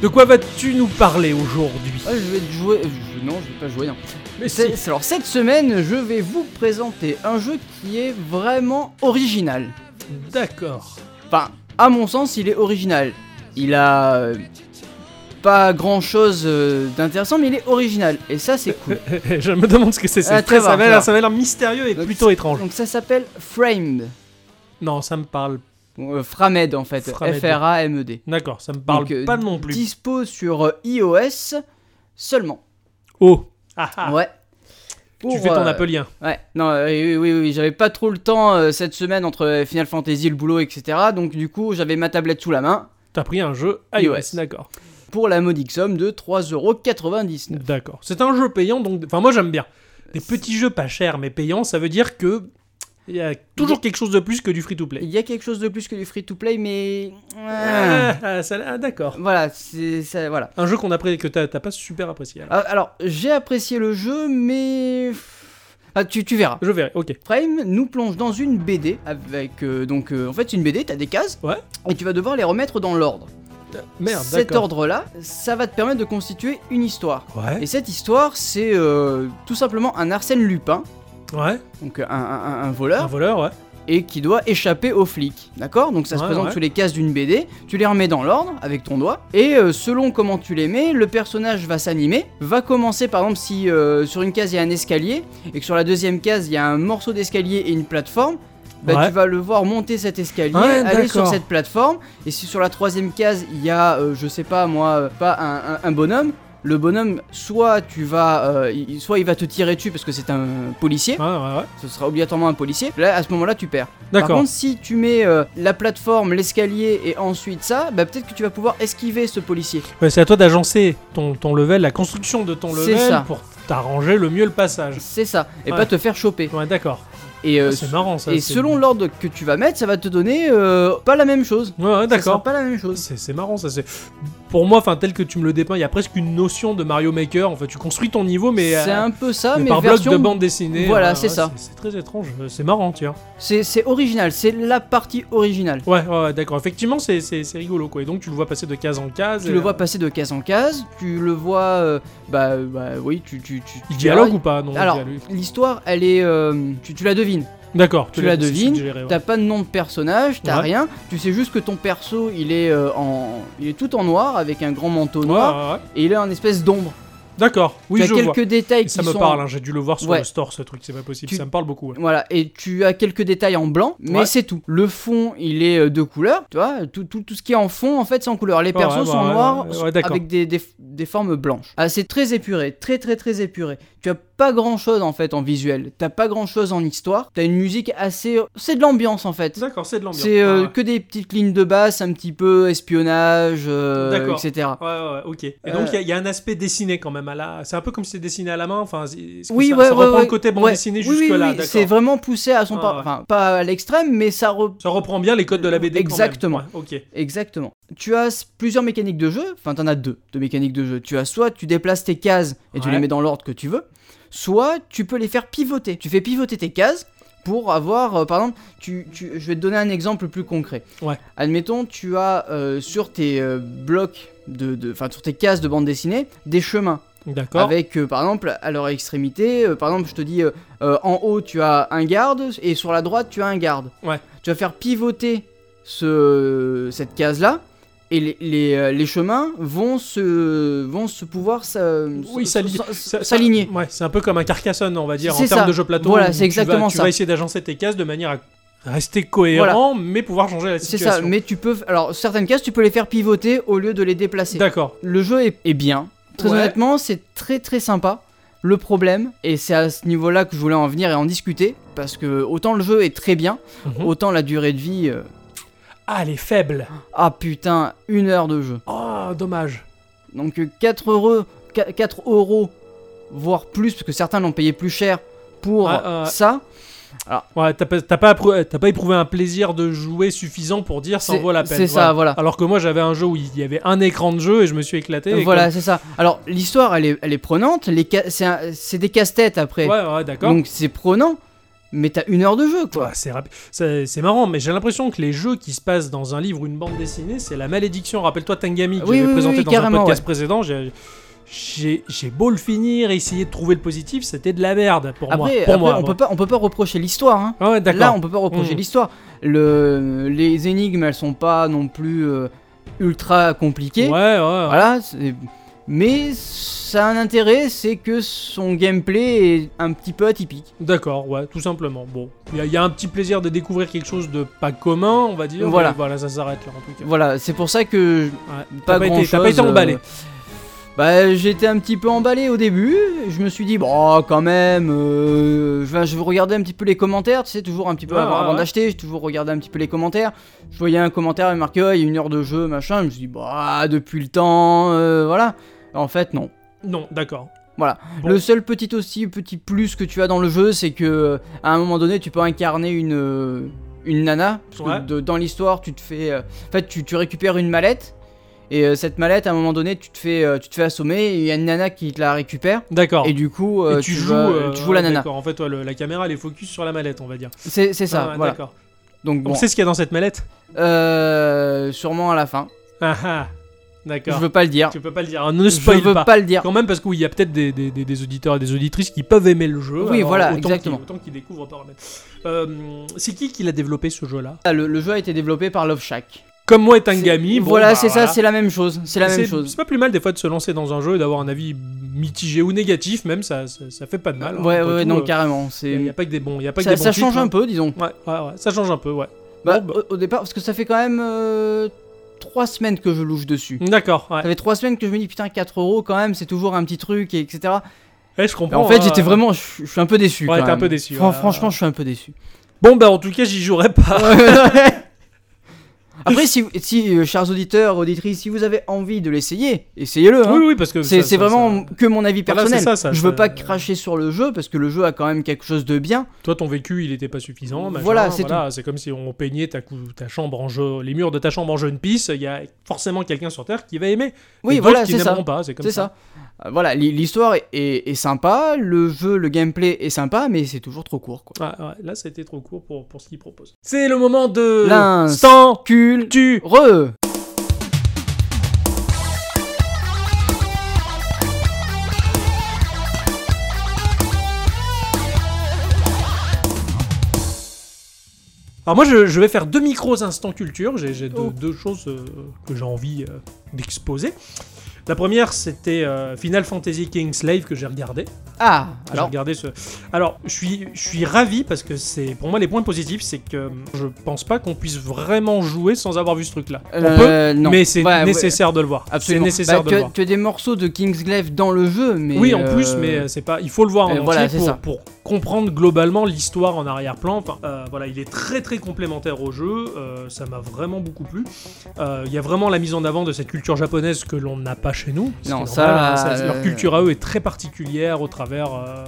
E: De quoi vas-tu nous parler aujourd'hui
A: Ah, je vais te jouer. je- Non, je vais pas jouer. non.
E: Mais
A: C'est- c'est- Alors cette semaine, je vais vous présenter un jeu qui est vraiment original.
E: D'accord.
A: Enfin, à mon sens, il est original. Il a euh, pas grand chose d'intéressant, mais il est original. Et ça, c'est cool.
E: je me demande ce que c'est. c'est
A: Ah,
E: très-
A: très bien,
E: ça
A: très
E: va l'air-
A: bien.
E: ça va l'air mystérieux et
A: Donc,
E: plutôt étrange.
A: Donc ça s'appelle Framed.
E: Non, ça me parle.
A: Bon, euh, Framed en fait.
E: Framed.
A: F-R-A-M-E-D.
E: D'accord, ça me parle
A: Donc, euh,
E: pas non plus.
A: E Dispo sur euh, iOS seulement.
E: Oh Ah, ah.
A: ouais.
E: Tu
A: Pour,
E: fais ton
A: euh,
E: appelien.
A: Ouais, non, euh, oui, oui, oui, oui, j'avais pas trop le temps euh, cette semaine entre euh, Final Fantasy, le boulot, etc. Donc du coup, j'avais ma tablette sous la main
E: T'as pris un jeu iOS,
A: iOS.
E: d'accord.
A: pour la modique somme de 3,99€.
E: D'accord. C'est un jeu payant, donc. Enfin, moi j'aime bien. Des petits jeux pas chers, mais payants, ça veut dire que. Il y a toujours quelque chose de plus que du free-to-play.
A: Il y a quelque chose de plus que du free-to-play, mais... euh,
E: Ah, ah, ça- ah, d'accord.
A: Voilà, c'est ça, voilà.
E: Un jeu qu'on a pré- que t'as t'as pas super apprécié. alors.
A: Ah, Alors, j'ai apprécié le jeu, mais... Ah, tu, tu verras.
E: Je verrai, ok.
A: Frame nous plonge dans une BD avec... euh, donc, euh, en fait, c'est une BD, t'as des cases,
E: Ouais.
A: et tu vas devoir les remettre dans l'ordre.
E: Merde,
A: Cet
E: d'accord.
A: ordre-là, ça va te permettre de constituer une histoire.
E: Ouais.
A: Et cette histoire, c'est euh, tout simplement un Arsène Lupin,
E: Ouais.
A: donc un, un- un- un
E: Un
A: voleur,
E: voleur, ouais.
A: et qui doit échapper aux flics. D'accord Donc ça se
E: Ouais,
A: présente
E: ouais.
A: sous les cases d'une BD, tu les remets dans l'ordre avec ton doigt, et euh, selon comment tu les mets, le personnage va s'animer, va commencer par exemple si euh, sur une case il y a un escalier, et que sur la deuxième case il y a un morceau d'escalier et une plateforme. Bah,
E: Ouais.
A: Tu vas le voir monter cet escalier,
E: Ouais,
A: aller sur
E: d'accord.
A: cette plateforme, et si sur la troisième case il y a, euh, je sais pas moi, euh, pas un, un- un bonhomme, le bonhomme, soit tu vas, euh, il- soit il va te tirer dessus parce que c'est un policier,
E: Ouais, ouais, ouais.
A: ce sera obligatoirement un policier. Là, à ce moment-là, tu perds. Par
E: D'accord.
A: contre, si tu mets euh, la plateforme, l'escalier et ensuite ça, bah peut-être que tu vas pouvoir esquiver ce policier.
E: Ouais, c'est à toi d'agencer ton, ton level, la construction de ton
A: C'est
E: level
A: ça.
E: pour t'arranger le mieux le passage.
A: C'est ça, et
E: Ouais.
A: pas te faire choper.
E: Ouais, d'accord.
A: Et, euh,
E: Ah, c'est marrant ça.
A: et
E: c'est-
A: selon l'ordre que tu vas mettre, ça va te donner euh, pas la même chose.
E: Ouais, ouais,
A: Ça sera
E: d'accord.
A: Pas la même chose.
E: C'est c'est marrant ça. c'est- Pour moi, enfin tel que tu me le dépeins, il y a presque une notion de Mario Maker. En fait, tu construis ton niveau, mais,
A: c'est
E: euh,
A: un peu ça,
E: mais
A: mais,
E: par
A: version.
E: bloc de bande dessinée.
A: Voilà, c'est ça.
E: C'est très étrange. euh, C'est marrant, tiens.
A: C'est c'est original, c'est la partie originale.
E: Ouais, ouais, ouais, d'accord. Effectivement, c'est c'est- c'est rigolo quoi. Et donc tu le vois passer de case en case.
A: Tu
E: et,
A: le
E: euh,
A: vois passer de case en case, tu le vois. euh, bah, bah oui, tu. tu, tu
E: Il
A: tu
E: dialogue
A: verras.
E: ou pas Non. il
A: Alors,
E: dialogue.
A: l'histoire, elle est. euh, tu- tu la devines.
E: D'accord.
A: tu la
E: c'est
A: devines,
E: suggéré, ouais.
A: T'as pas de nom de personnage, t'as
E: Ouais.
A: rien. Tu sais juste que ton perso, il est euh, en, il est tout en noir avec un grand manteau
E: Ouais,
A: noir
E: ouais, ouais.
A: et il est en espèce d'ombre.
E: D'accord. Oui,
A: tu as
E: je vois.
A: quelques détails
E: Et
A: qui
E: ça me
A: sont.
E: parle. hein, J'ai dû le voir sur
A: Ouais.
E: le store, ce truc. C'est pas possible.
A: Tu-
E: Ça me parle beaucoup. ouais.
A: Voilà, et tu as quelques détails en blanc, mais
E: Ouais.
A: c'est tout. Le fond, il est euh, de couleur, tu vois, tout, tout, tout ce qui est en fond, en fait, c'est en couleur. Les
E: Ouais,
A: persos
E: ouais,
A: sont
E: ouais,
A: noirs
E: ouais, ouais, d'accord.
A: avec des, des, des formes blanches. Ah, c'est très épuré, très très très épuré. Tu as pas grand chose en fait en visuel, t'as pas grand chose en histoire, t'as une musique assez. C'est de l'ambiance en fait.
E: D'accord, c'est de l'ambiance.
A: C'est euh,
E: Ouais, ouais.
A: que des petites lignes de basse, un petit peu espionnage, euh,
E: D'accord.
A: etc.
E: Ah Ouais, ouais, ok. Et
A: Euh,
E: donc, il y a- il y, a un aspect dessiné quand même à la. C'est un peu comme si c'était dessiné à la main. Enfin, c'est- est-ce que
A: Oui,
E: ça,
A: ouais,
E: ça
A: ouais,
E: reprend
A: ouais.
E: le côté bande
A: Ouais.
E: dessinée
A: Oui, oui,
E: jusque-là,
A: oui, C'est
E: d'accord.
A: vraiment poussé à son
E: Ah,
A: par-
E: ouais.
A: enfin pas à l'extrême, mais ça re-
E: Ça reprend bien les codes de la BD
A: Exactement.
E: quand même. Ouais, ok.
A: exactement. Tu as s- plusieurs mécaniques de jeu, enfin t'en as deux de mécaniques de jeu. Tu as soit tu déplaces tes cases et tu
E: Ouais.
A: les mets dans l'ordre que tu veux, soit tu peux les faire pivoter. Tu fais pivoter tes cases pour avoir, euh, par exemple, tu, tu- je vais te donner un exemple plus concret.
E: Ouais.
A: Admettons, tu as euh, sur tes euh, blocs de, de- enfin sur tes cases de bande dessinée des chemins.
E: D'accord.
A: Avec, euh, par exemple, à leur extrémité, euh, par exemple, je te dis, euh, euh, en haut, tu as un garde, et sur la droite, tu as un garde.
E: Ouais.
A: Tu vas faire pivoter ce, cette case-là, et les, les, euh, les chemins vont se, vont se pouvoir s'a-
E: Oui,
A: s-
E: s'ali-
A: s-
E: ça- ça-
A: s'aligner.
E: Ouais, c'est un peu comme un Carcassonne, on va dire, en
A: C'est
E: termes
A: ça.
E: de jeu plateau.
A: Voilà,
E: où
A: c'est
E: tu vas-
A: exactement
E: Tu
A: ça.
E: vas essayer d'agencer tes cases de manière à rester cohérent, mais pouvoir changer la
A: C'est
E: situation.
A: ça, mais tu peux. Alors, certaines cases, tu peux les faire pivoter au lieu de les déplacer.
E: D'accord.
A: Le jeu est, est bien. Très
E: Ouais.
A: honnêtement, c'est très très sympa. Le problème, et c'est à ce niveau-là que je voulais en venir et en discuter, parce que autant le jeu est très bien,
E: Mhm.
A: autant la durée de vie. euh,
E: Ah, elle est faible.
A: Ah putain, une heure de jeu.
E: Oh, dommage.
A: Donc euh, 4 euros, qua- 4 euros, voire plus, parce que certains l'ont payé plus cher pour
E: Ah, ah, ouais.
A: ça.
E: Ouais, t'as pas, t'as pas, approu- t'as pas éprouvé un plaisir de jouer suffisant pour dire ça en
A: C'est-
E: vaut la peine.
A: c'est ça, voilà.
E: Alors que moi, j'avais un jeu où il y avait un écran de jeu et je me suis éclaté. et
A: voilà, c'est ça. Alors l'histoire, elle est, elle est prenante. les ca- C'est un- c'est des casse-têtes après.
E: Ouais, ouais, d'accord.
A: Donc c'est prenant. mais t'as une heure de jeu, quoi.
E: Ah, c'est rapi- c'est c'est marrant, mais j'ai l'impression que les jeux qui se passent dans un livre ou une bande dessinée, c'est la malédiction. Rappelle-toi Tangami que
A: Oui,
E: j'avais
A: oui,
E: présenté
A: oui,
E: dans un
A: carrément,
E: podcast
A: ouais.
E: précédent. j'ai- J'ai j'ai beau le finir, et essayer de trouver le positif, c'était de la merde pour moi.
A: Après,
E: Pour
A: après,
E: moi,
A: on,
E: moi.
A: peut pas, on peut pas reprocher l'histoire, hein.
E: Ah ouais, d'accord.
A: Là, on peut pas reprocher
E: Mhm.
A: l'histoire. Le, les énigmes, elles sont pas non plus euh, ultra compliquées.
E: Ouais, ouais. ouais.
A: Voilà, c'est- mais ça a un intérêt, c'est que son gameplay est un petit peu atypique.
E: D'accord, ouais, tout simplement. Bon, il y, a- il y a un petit plaisir de découvrir quelque chose de pas commun, on va dire.
A: Voilà.
E: mais voilà, ça s'arrête là en tout cas.
A: Voilà, c'est pour ça que je-
E: Ouais.
A: pas euh.
E: T'as pas,
A: grand
E: été-
A: chose.
E: t'as pas été emballé.
A: Bah, j'étais un petit peu emballé au début. Je me suis dit, bon, quand même, euh, je, vais, je vais regarder un petit peu les commentaires. Tu sais, toujours un petit peu
E: Ouais,
A: avant,
E: ouais,
A: avant
E: ouais.
A: d'acheter, j'ai toujours regardé un petit peu les commentaires. Je voyais un commentaire, il marquait, oh, il y a une heure de jeu, machin. Je me suis dit, bah, depuis le temps, euh, voilà. En fait, non.
E: Non, d'accord. Bon.
A: Le seul petit aussi petit plus que tu as dans le jeu, c'est que euh, à un moment donné, tu peux incarner une euh, une nana. Parce que
E: Ouais.
A: de- dans l'histoire, tu te fais, euh, en fait, tu, tu récupères une mallette et euh, cette mallette, à un moment donné, tu te fais euh, tu te fais assommer. et Il y a une nana qui te la récupère
E: D'accord.
A: et du coup,
E: Oh. Et
A: euh,
E: tu, joues,
A: vas-
E: euh,
A: tu joues la
E: ouais,
A: nana.
E: d'accord. En fait, ouais, le- la caméra, elle est focus sur la mallette, on va dire.
A: C'est c'est ça.
E: Ah, ouais,
A: voilà.
E: D'accord.
A: Donc bon,
E: On sait ce qu'il y a dans cette mallette
A: Euh, sûrement à la fin.
E: Ah ah,
A: Je
E: D'accord.
A: veux pas le dire.
E: Tu peux pas le dire. Ne
A: Je
E: spoil
A: veux
E: pas.
A: pas le dire.
E: Quand même, parce qu'il y a peut-être des, des- des- des auditeurs et des auditrices qui peuvent aimer le jeu.
A: Oui,
E: alors
A: voilà,
E: autant qu'ils-
A: exactement.
E: autant qu'ils découvrent par eux-mêmes. Euh, c'est qui qui l'a développé ce jeu-là
A: Ah, Le, le jeu a été développé par Love Shack.
E: Comme moi et
A: C'est-
E: Tangami. bon,
A: voilà,
E: bah,
A: c'est ça, c'est la même chose. C'est la
E: Mais
A: même
E: c'est-
A: chose.
E: C'est pas plus mal des fois de se lancer dans un jeu et d'avoir un avis mitigé ou négatif, même ça, ça, ça fait pas de mal. hein,
A: Ouais, ouais, non, carrément.
E: Il n'y a
A: C'est
E: pas que des bons. euh, Y a pas que
A: ça,
E: des bons
A: ça change
E: titres,
A: un
E: hein.
A: peu, disons.
E: Ouais, ouais, ouais, ça change un peu, ouais.
A: Bah,
E: Bon,
A: Au, au départ, parce que ça fait quand même 3 semaines que je louche dessus.
E: D'accord, ouais.
A: Ça fait 3 semaines que je me dis putain 4 euros quand même, c'est toujours un petit truc, et etc.
E: Ouais, je
A: Et
E: comprends.
A: en fait,
E: hein.
A: j'étais vraiment, je, je suis un peu déçu.
E: Ouais,
A: quand
E: t'es un
A: même.
E: peu déçu,
A: Fran-
E: ouais,
A: Franchement,
E: ouais.
A: je suis un peu déçu.
E: Bon, bah en tout cas, j'y jouerai pas.
A: Après, si, si euh, chers auditeurs, auditrices, si vous avez envie de l'essayer, essayez-le. hein.
E: oui, oui, parce que.
A: C'est
E: ça-
A: c'est
E: ça-
A: vraiment
E: ça-
A: que mon avis
E: Voilà,
A: personnel.
E: c'est ça, ça-
A: je veux
E: ça-
A: pas cracher sur le jeu parce que le jeu a quand même quelque chose de bien.
E: Toi, ton vécu, il était pas suffisant. machin,
A: Voilà, c'est
E: C'est comme si on peignait ta, cou- ta chambre en jeu, les murs de ta chambre en jaune pisse. Il y a forcément quelqu'un sur Terre qui va aimer.
A: Oui,
E: Et d'autres
A: voilà,
E: qui
A: c'est ça.
E: n'aimeront pas. C'est comme
A: C'est ça. Euh, Voilà, l'hi- l'histoire est, est- est sympa, le jeu, le gameplay est sympa, mais c'est toujours trop court. Quoi.
E: Ouais, ouais, là, ça a été trop court pour, pour ce qu'il propose. C'est le moment de.
A: L'instant
E: Cul. Tu.
A: Re
E: Alors, moi, je, je vais faire deux micros instants culture. J'ai j'ai deux, deux choses euh, que j'ai envie euh, d'exposer. La première, c'était euh, Final Fantasy Kingslave que j'ai regardé.
A: Ah,
E: Alors,
A: alors,
E: regardez ce. Alors, je suis, je suis ravi parce que c'est, pour moi, les points positifs, c'est que euh, je pense pas qu'on puisse vraiment jouer sans avoir vu ce truc-là. On peut,
A: euh, non.
E: mais c'est
A: Ouais, ouais,
E: nécessaire de le voir.
A: absolument.
E: C'est
A: Bah,
E: nécessaire de
A: tu,
E: le
A: as-
E: voir.
A: tu as des morceaux de Kingsglaive dans le jeu, mais.
E: Oui, en
A: euh,
E: plus, mais euh, c'est pas. Il faut le voir en
A: euh,
E: entier
A: voilà, c'est ça.
E: pour, pour comprendre globalement l'histoire en arrière-plan. Enfin, euh, voilà, il est très très complémentaire au jeu. euh, ça m'a vraiment beaucoup plu. Euh, Il y a vraiment la mise en avant de cette culture japonaise que l'on n'a pas chez nous.
A: Non,
E: C'est normal,
A: ça,
E: hein,
A: euh,
E: Leur culture à eux est très particulière au travers euh,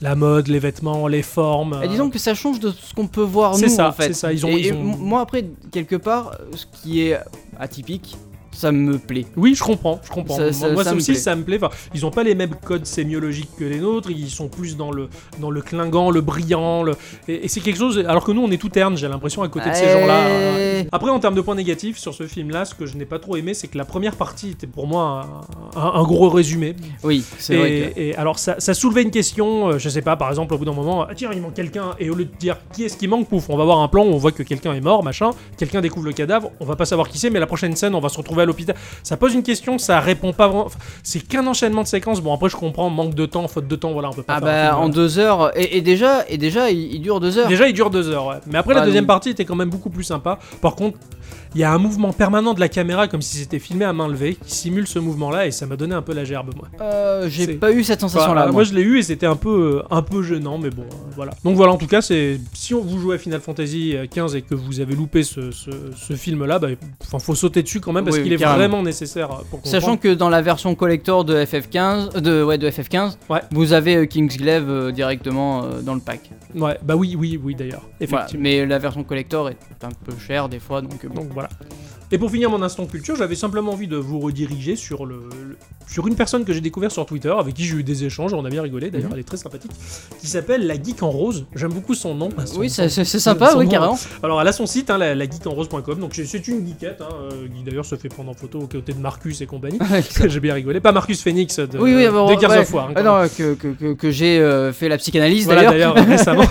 E: la mode, les vêtements, les formes.
A: et disons que ça change de ce qu'on peut voir
E: C'est
A: nous
E: ça,
A: en fait.
E: c'est ça, ils ont-
A: Et-
E: ils
A: et
E: ont-
A: m- moi après quelque part, euh, ce qui est atypique, ça me plaît.
E: Oui, je comprends, je comprends.
A: Ça-
E: Moi,
A: ça-
E: moi,
A: ça
E: ça
A: me
E: aussi,
A: plaît.
E: ça me plaît. Enfin, ils ont pas les mêmes codes sémiologiques que les nôtres. Ils sont plus dans le dans le clinquant, le brillant, le... et, et c'est quelque chose. Alors que nous, on est tout terne. J'ai l'impression à côté de ces
A: Ouais.
E: gens-là. euh, Après, en termes de points négatifs sur ce film-là, ce que je n'ai pas trop aimé, c'est que la première partie était pour moi un- un- un gros résumé.
A: Oui, c'est
E: et,
A: vrai.
E: et alors ça, ça soulevait une question, euh, je sais pas, par exemple au bout d'un moment, ah, tiens il manque quelqu'un, et au lieu de dire qui est-ce qui manque, pouf, on va voir un plan où on voit que quelqu'un est mort, machin, quelqu'un découvre le cadavre, on va pas savoir qui c'est, mais la prochaine scène on va se retrouver à l'hôpital. Ça pose une question, ça répond pas vraiment, enfin, c'est qu'un enchaînement de séquences, bon après je comprends, manque de temps, faute de temps, voilà, on peut pas...
A: Ah
E: faire un
A: bah
E: film,
A: en
E: voilà.
A: deux heures et, et déjà et déjà il, il dure deux heures.
E: Déjà il dure deux heures, ouais. Mais après
A: Ah,
E: la deuxième
A: non.
E: partie était quand même beaucoup plus sympa, par contre... Il y a un mouvement permanent de la caméra comme si c'était filmé à main levée qui simule ce mouvement-là et ça m'a donné un peu la gerbe moi.
A: Euh, J'ai
E: c'est-
A: pas eu cette sensation là.
E: Voilà, euh, moi je l'ai eu et c'était un peu, euh, un peu gênant, mais bon, euh, voilà. Donc voilà, en tout cas, c'est si on vous jouez à Final Fantasy euh, 15 et que vous avez loupé ce, ce- ce film-là, bah, enfin, faut sauter dessus quand même parce
A: Oui,
E: qu'il est
A: carrément.
E: vraiment nécessaire euh, pour comprendre.
A: Sachant que dans la version collector de FF15, euh, de, ouais, de FF15,
E: Ouais.
A: vous avez euh, Kingsglaive euh, directement euh, dans le pack.
E: ouais, bah oui, oui, oui, d'ailleurs,
A: Voilà,
E: effectivement.
A: mais la version collector est un peu chère des fois, donc euh, bon.
E: Donc voilà. Et pour finir mon instant culture, j'avais simplement envie de vous rediriger sur le, le- sur une personne que j'ai découvert sur Twitter, avec qui j'ai eu des échanges, on a bien rigolé d'ailleurs,
A: Mhm.
E: elle est très sympathique, qui s'appelle La Geek en Rose. J'aime beaucoup son nom. son-
A: Oui,
E: son-
A: c'est c'est- c'est sympa,
E: son
A: oui,
E: nom,
A: carrément.
E: alors elle a son site, hein, la, la geekenrose.com, donc c'est- c'est une geekette, hein, euh, qui d'ailleurs se fait prendre en photo aux côtés de Marcus et compagnie. J'ai bien rigolé. Pas Marcus Phoenix de,
A: Oui, oui,
E: de
A: bah,
E: Gears
A: ouais.
E: of War, hein,
A: Ah
E: quand
A: non, que, que- que- que j'ai euh, fait la psychanalyse
E: Voilà,
A: d'ailleurs.
E: d'ailleurs, récemment.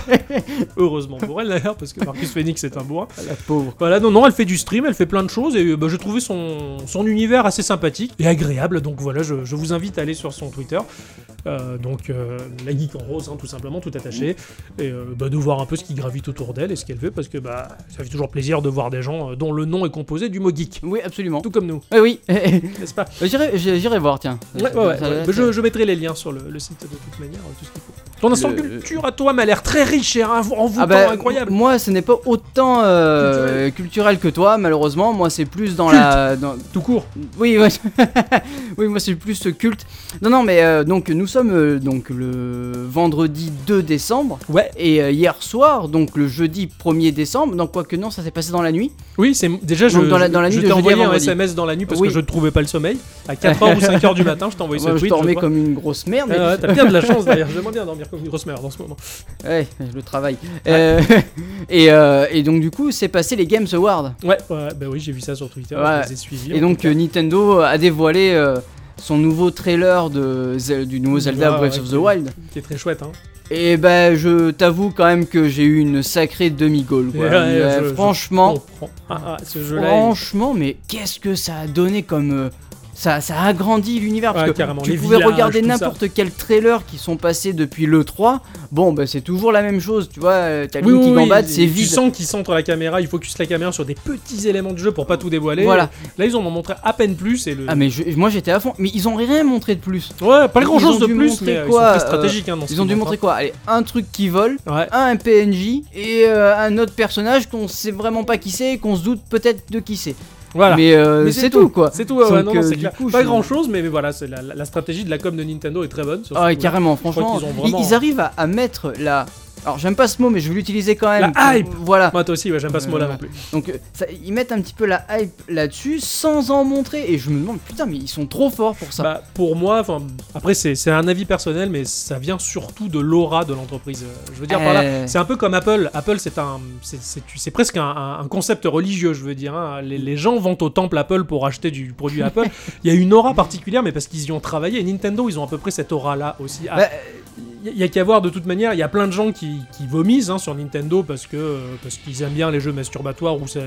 E: Heureusement pour elle, d'ailleurs, parce que Marcus Phoenix est un bourrin.
A: La pauvre.
E: Voilà, Bah, non, non, elle fait du stream, elle fait plein de choses, et euh, bah, j'ai trouvé son, son univers assez sympathique et agréable, donc voilà, je, je vous invite à aller sur son Twitter. Euh, donc, euh, la geek en rose, hein, tout simplement, tout attaché, et euh, bah, de voir un peu ce qui gravite autour d'elle et ce qu'elle veut, parce que bah, ça fait toujours plaisir de voir des gens euh, dont le nom est composé du mot geek.
A: Oui, absolument.
E: Tout comme nous,
A: Ah oui,
E: n'est-ce pas
A: j'irai j'irai voir, tiens.
E: Ouais, ouais, ouais, ouais. Bah, je, je mettrai les liens sur le, le site de toute manière, euh, tout ce qu'il faut. Ton instant
A: Le-
E: culture à toi m'a l'air très riche et envo- envoûtant,
A: Ah bah,
E: incroyable.
A: Moi, ce n'est pas autant euh, culturel. que toi, malheureusement. Moi, c'est plus dans la. dans-
E: Tout court.
A: Oui, ouais. oui, moi, c'est plus euh, culte. Non, non, mais euh, donc nous sommes euh, donc le vendredi 2 décembre.
E: Ouais.
A: Et euh, hier soir, donc le jeudi 1er décembre. Donc, quoique non, ça s'est passé dans la nuit.
E: Oui, c'est déjà je,
A: Donc, dans la- dans la
E: je
A: nuit
E: t'ai
A: de jeudi
E: envoyé
A: à
E: un
A: vendredi.
E: SMS dans la nuit parce
A: Oui.
E: que je ne trouvais pas le sommeil. À 4h ou 5h du matin, je t'ai envoyé ce
A: moi,
E: tweet.
A: je dormais
E: crois.
A: comme une grosse merde. mais-
E: Ah ouais, T'as bien de la chance d'ailleurs, j'aimerais bien dormir comme une grosse merde en ce moment.
A: Ouais, le travail. Euh, et, euh, et donc, du coup, c'est passé les Games Awards.
E: Ouais, ouais, bah oui, j'ai vu ça sur Twitter,
A: Ouais.
E: je les ai suivis.
A: Et
E: en
A: donc
E: tout cas.
A: euh, Nintendo a dévoilé euh, son nouveau trailer de Ze- du nouveau Zelda
E: Ouais,
A: Breath
E: ouais,
A: of the
E: qui-
A: Wild.
E: qui est très chouette, hein.
A: Et ben je t'avoue quand même que j'ai eu une sacrée demi-gaule. quoi.
E: Et ouais,
A: Euh,
E: je- je
A: franchement,
E: comprends. Ah, ah, ce jeu-là. il-
A: franchement, mais qu'est-ce que ça a donné comme euh, ça, ça a agrandi l'univers parce
E: Ouais,
A: que
E: carrément,
A: tu
E: les
A: pouvais
E: villages,
A: regarder
E: tout ça.
A: n'importe quel trailer qui sont passés depuis le 3. Bon, ben c'est toujours la même chose, tu vois. euh, T'as
E: Oui,
A: Link
E: oui,
A: qui
E: oui,
A: gambade,
E: il-
A: c'est
E: Tu
A: vide.
E: sens qu'il centre la caméra, il focus la caméra sur des petits éléments du jeu pour pas tout dévoiler.
A: Voilà.
E: Là, ils en ont montré à peine plus. Et le...
A: Ah mais je- moi j'étais à fond. Mais ils ont rien montré de plus.
E: Ouais, pas
A: Ils
E: grand chose
A: ont
E: de
A: dû
E: plus,
A: montrer
E: mais euh, ils sont
A: quoi,
E: très
A: euh,
E: stratégiques. hein, dans ce
A: Ils ont dû
E: qu'ils montrent,
A: montrer quoi Allez, un truc qui vole.
E: hein. Ouais.
A: un PNJ et euh, un autre personnage qu'on sait vraiment pas qui c'est et qu'on se doute peut-être de qui c'est.
E: Voilà.
A: Mais, euh,
E: Mais
A: c'est tout, quoi.
E: C'est tout, ouais, ouais,
A: Donc,
E: non, non,
A: euh,
E: c'est
A: du
E: clair.
A: coup,
E: pas
A: je-
E: grand chose, mais, mais voilà, c'est la, la- la stratégie de la com de Nintendo est très bonne. sur ce
A: Ah ouais,
E: coup-là.
A: carrément,
E: crois
A: franchement,
E: qu'ils ont
A: ils,
E: vraiment-
A: ils arrivent à, à mettre la. Alors j'aime pas ce mot, mais je vais l'utiliser quand même.
E: La hype
A: Voilà.
E: Moi, toi aussi, ouais, j'aime pas ce mot-là
A: Euh,
E: non plus.
A: Donc euh, ça- ils mettent un petit peu la hype là-dessus sans en montrer. Et je me demande, putain, mais ils sont trop forts pour ça.
E: Bah, pour moi, enfin, après, c'est c'est un avis personnel, mais ça vient surtout de l'aura de l'entreprise. Euh, Je veux dire, par
A: Euh.
E: là, c'est un peu comme Apple. Apple, c'est un, c'est- c'est tu- c'est presque un, un- un concept religieux, je veux dire. hein. Les, les gens vont au temple Apple pour acheter du produit Apple. Il y a une aura particulière, mais parce qu'ils y ont travaillé. Et Nintendo, ils ont à peu près cette aura-là aussi.
A: Bah,
E: Il y a qu'à voir de toute manière, il y a plein de gens qui, qui vomissent hein, sur Nintendo parce que euh, parce qu'ils aiment bien les jeux masturbatoires où ça-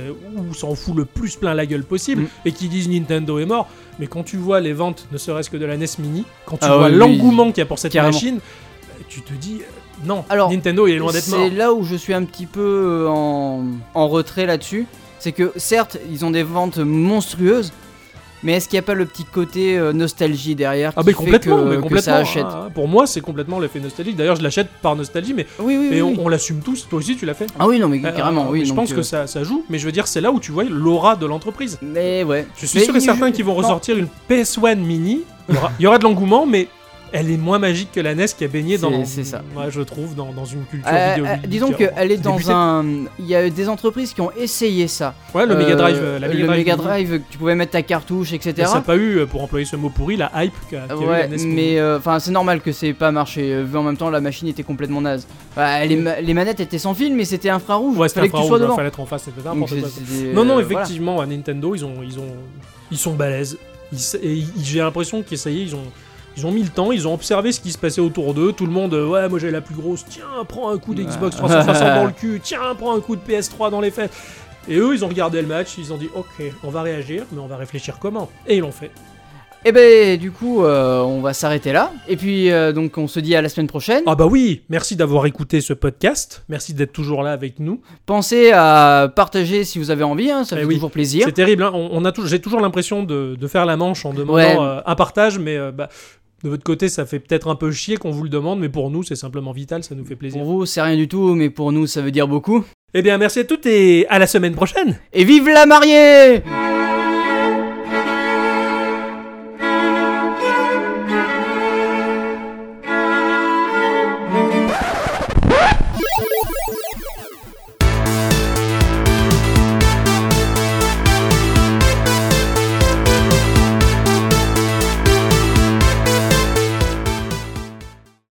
E: où s'en fout le plus plein la gueule possible
A: Mm.
E: et qui disent Nintendo est mort. Mais quand tu vois les ventes, ne serait-ce que de la NES Mini, quand tu
A: Ah
E: vois
A: oui,
E: l'engouement qu'il y a pour cette
A: Carrément.
E: machine, bah, tu te dis euh, non,
A: Alors,
E: Nintendo il est loin d'être mort.
A: C'est là où je suis un petit peu euh, en, en retrait là-dessus. C'est que certes, ils ont des ventes monstrueuses, mais est-ce qu'il n'y a pas le petit côté euh, nostalgie derrière
E: Ah
A: qui
E: mais
A: fait
E: complètement,
A: que,
E: mais
A: que
E: complètement.
A: ça achète
E: hein, hein. pour moi, c'est complètement l'effet nostalgique. D'ailleurs, je l'achète par nostalgie, mais
A: Oui, oui,
E: et
A: oui.
E: on, on l'assume tous. Toi aussi, tu l'as fait.
A: Ah oui, non, mais
E: Euh,
A: carrément, oui.
E: Je
A: donc,
E: pense
A: euh,
E: que ça, ça joue, mais je veux dire, c'est là où tu vois l'aura de l'entreprise.
A: Mais ouais.
E: Je suis
A: Mais
E: sûr et
A: il-
E: certain qu'ils vont
A: non.
E: ressortir une PS1 mini. Il y aura, il y aura de l'engouement, mais elle est moins magique que la NES qui a baigné
A: C'est-
E: dans.
A: c'est ça.
E: Ouais, je trouve, dans, dans une culture
A: Euh,
E: vidéo.
A: euh, disons
E: vidéo-
A: qu'elle est dans
E: débutée.
A: un. Il y a eu des entreprises qui ont essayé ça.
E: Ouais, le
A: Euh,
E: Mega Drive. euh, la
A: le Mega
E: Mini.
A: Drive, que tu pouvais mettre ta cartouche,
E: Mais
A: etc.
E: ça n'a pas eu, euh, pour employer ce mot pourri, la hype qu'a qu'a eu
A: Ouais,
E: la E NES mini.
A: mais euh, enfin c'est normal que c'est pas marché. euh, Vu en même temps, la machine était complètement naze. Bah, les, ma- les manettes étaient sans fil, mais c'était infrarouge.
E: Ouais, c'était
A: fallait que tu
E: infrarouge,
A: sois
E: il
A: devant.
E: fallait être en face, c'était
A: Donc,
E: n'importe
A: c'est-
E: quoi.
A: c'est-
E: Non, non,
A: euh, voilà.
E: effectivement, à Nintendo, ils ont, ils ont, ils sont balèzes. Ils sa- et ils- j'ai l'impression que ça y est, ils ont, ils ont mis le temps, ils ont observé ce qui se passait autour d'eux. Tout le monde, euh, ouais, moi j'ai la plus grosse. Tiens, prends un coup d'Xbox 360 dans le cul. Tiens, prends un coup de PS3 dans les fesses. Et eux, ils ont regardé le match, ils ont dit, ok, on va réagir, mais on va réfléchir comment. Et ils l'ont fait.
A: Et ben du coup, euh, on va s'arrêter là. Et puis euh, donc on se dit à la semaine prochaine.
E: Ah bah oui, merci d'avoir écouté ce podcast, merci d'être toujours là avec nous.
A: Pensez à partager si vous avez envie, hein, ça
E: Eh
A: fait
E: oui.
A: toujours plaisir.
E: C'est terrible, hein. on, on a tou- j'ai toujours l'impression de, de faire la manche en demandant
A: Ouais.
E: euh, un partage, mais euh, bah, de votre côté, ça fait peut-être un peu chier qu'on vous le demande, mais pour nous, c'est simplement vital, ça nous fait plaisir.
A: Pour vous, c'est rien du tout, mais pour nous, ça veut dire beaucoup.
E: Eh bien, merci à toutes et à la semaine prochaine
A: Et vive la mariée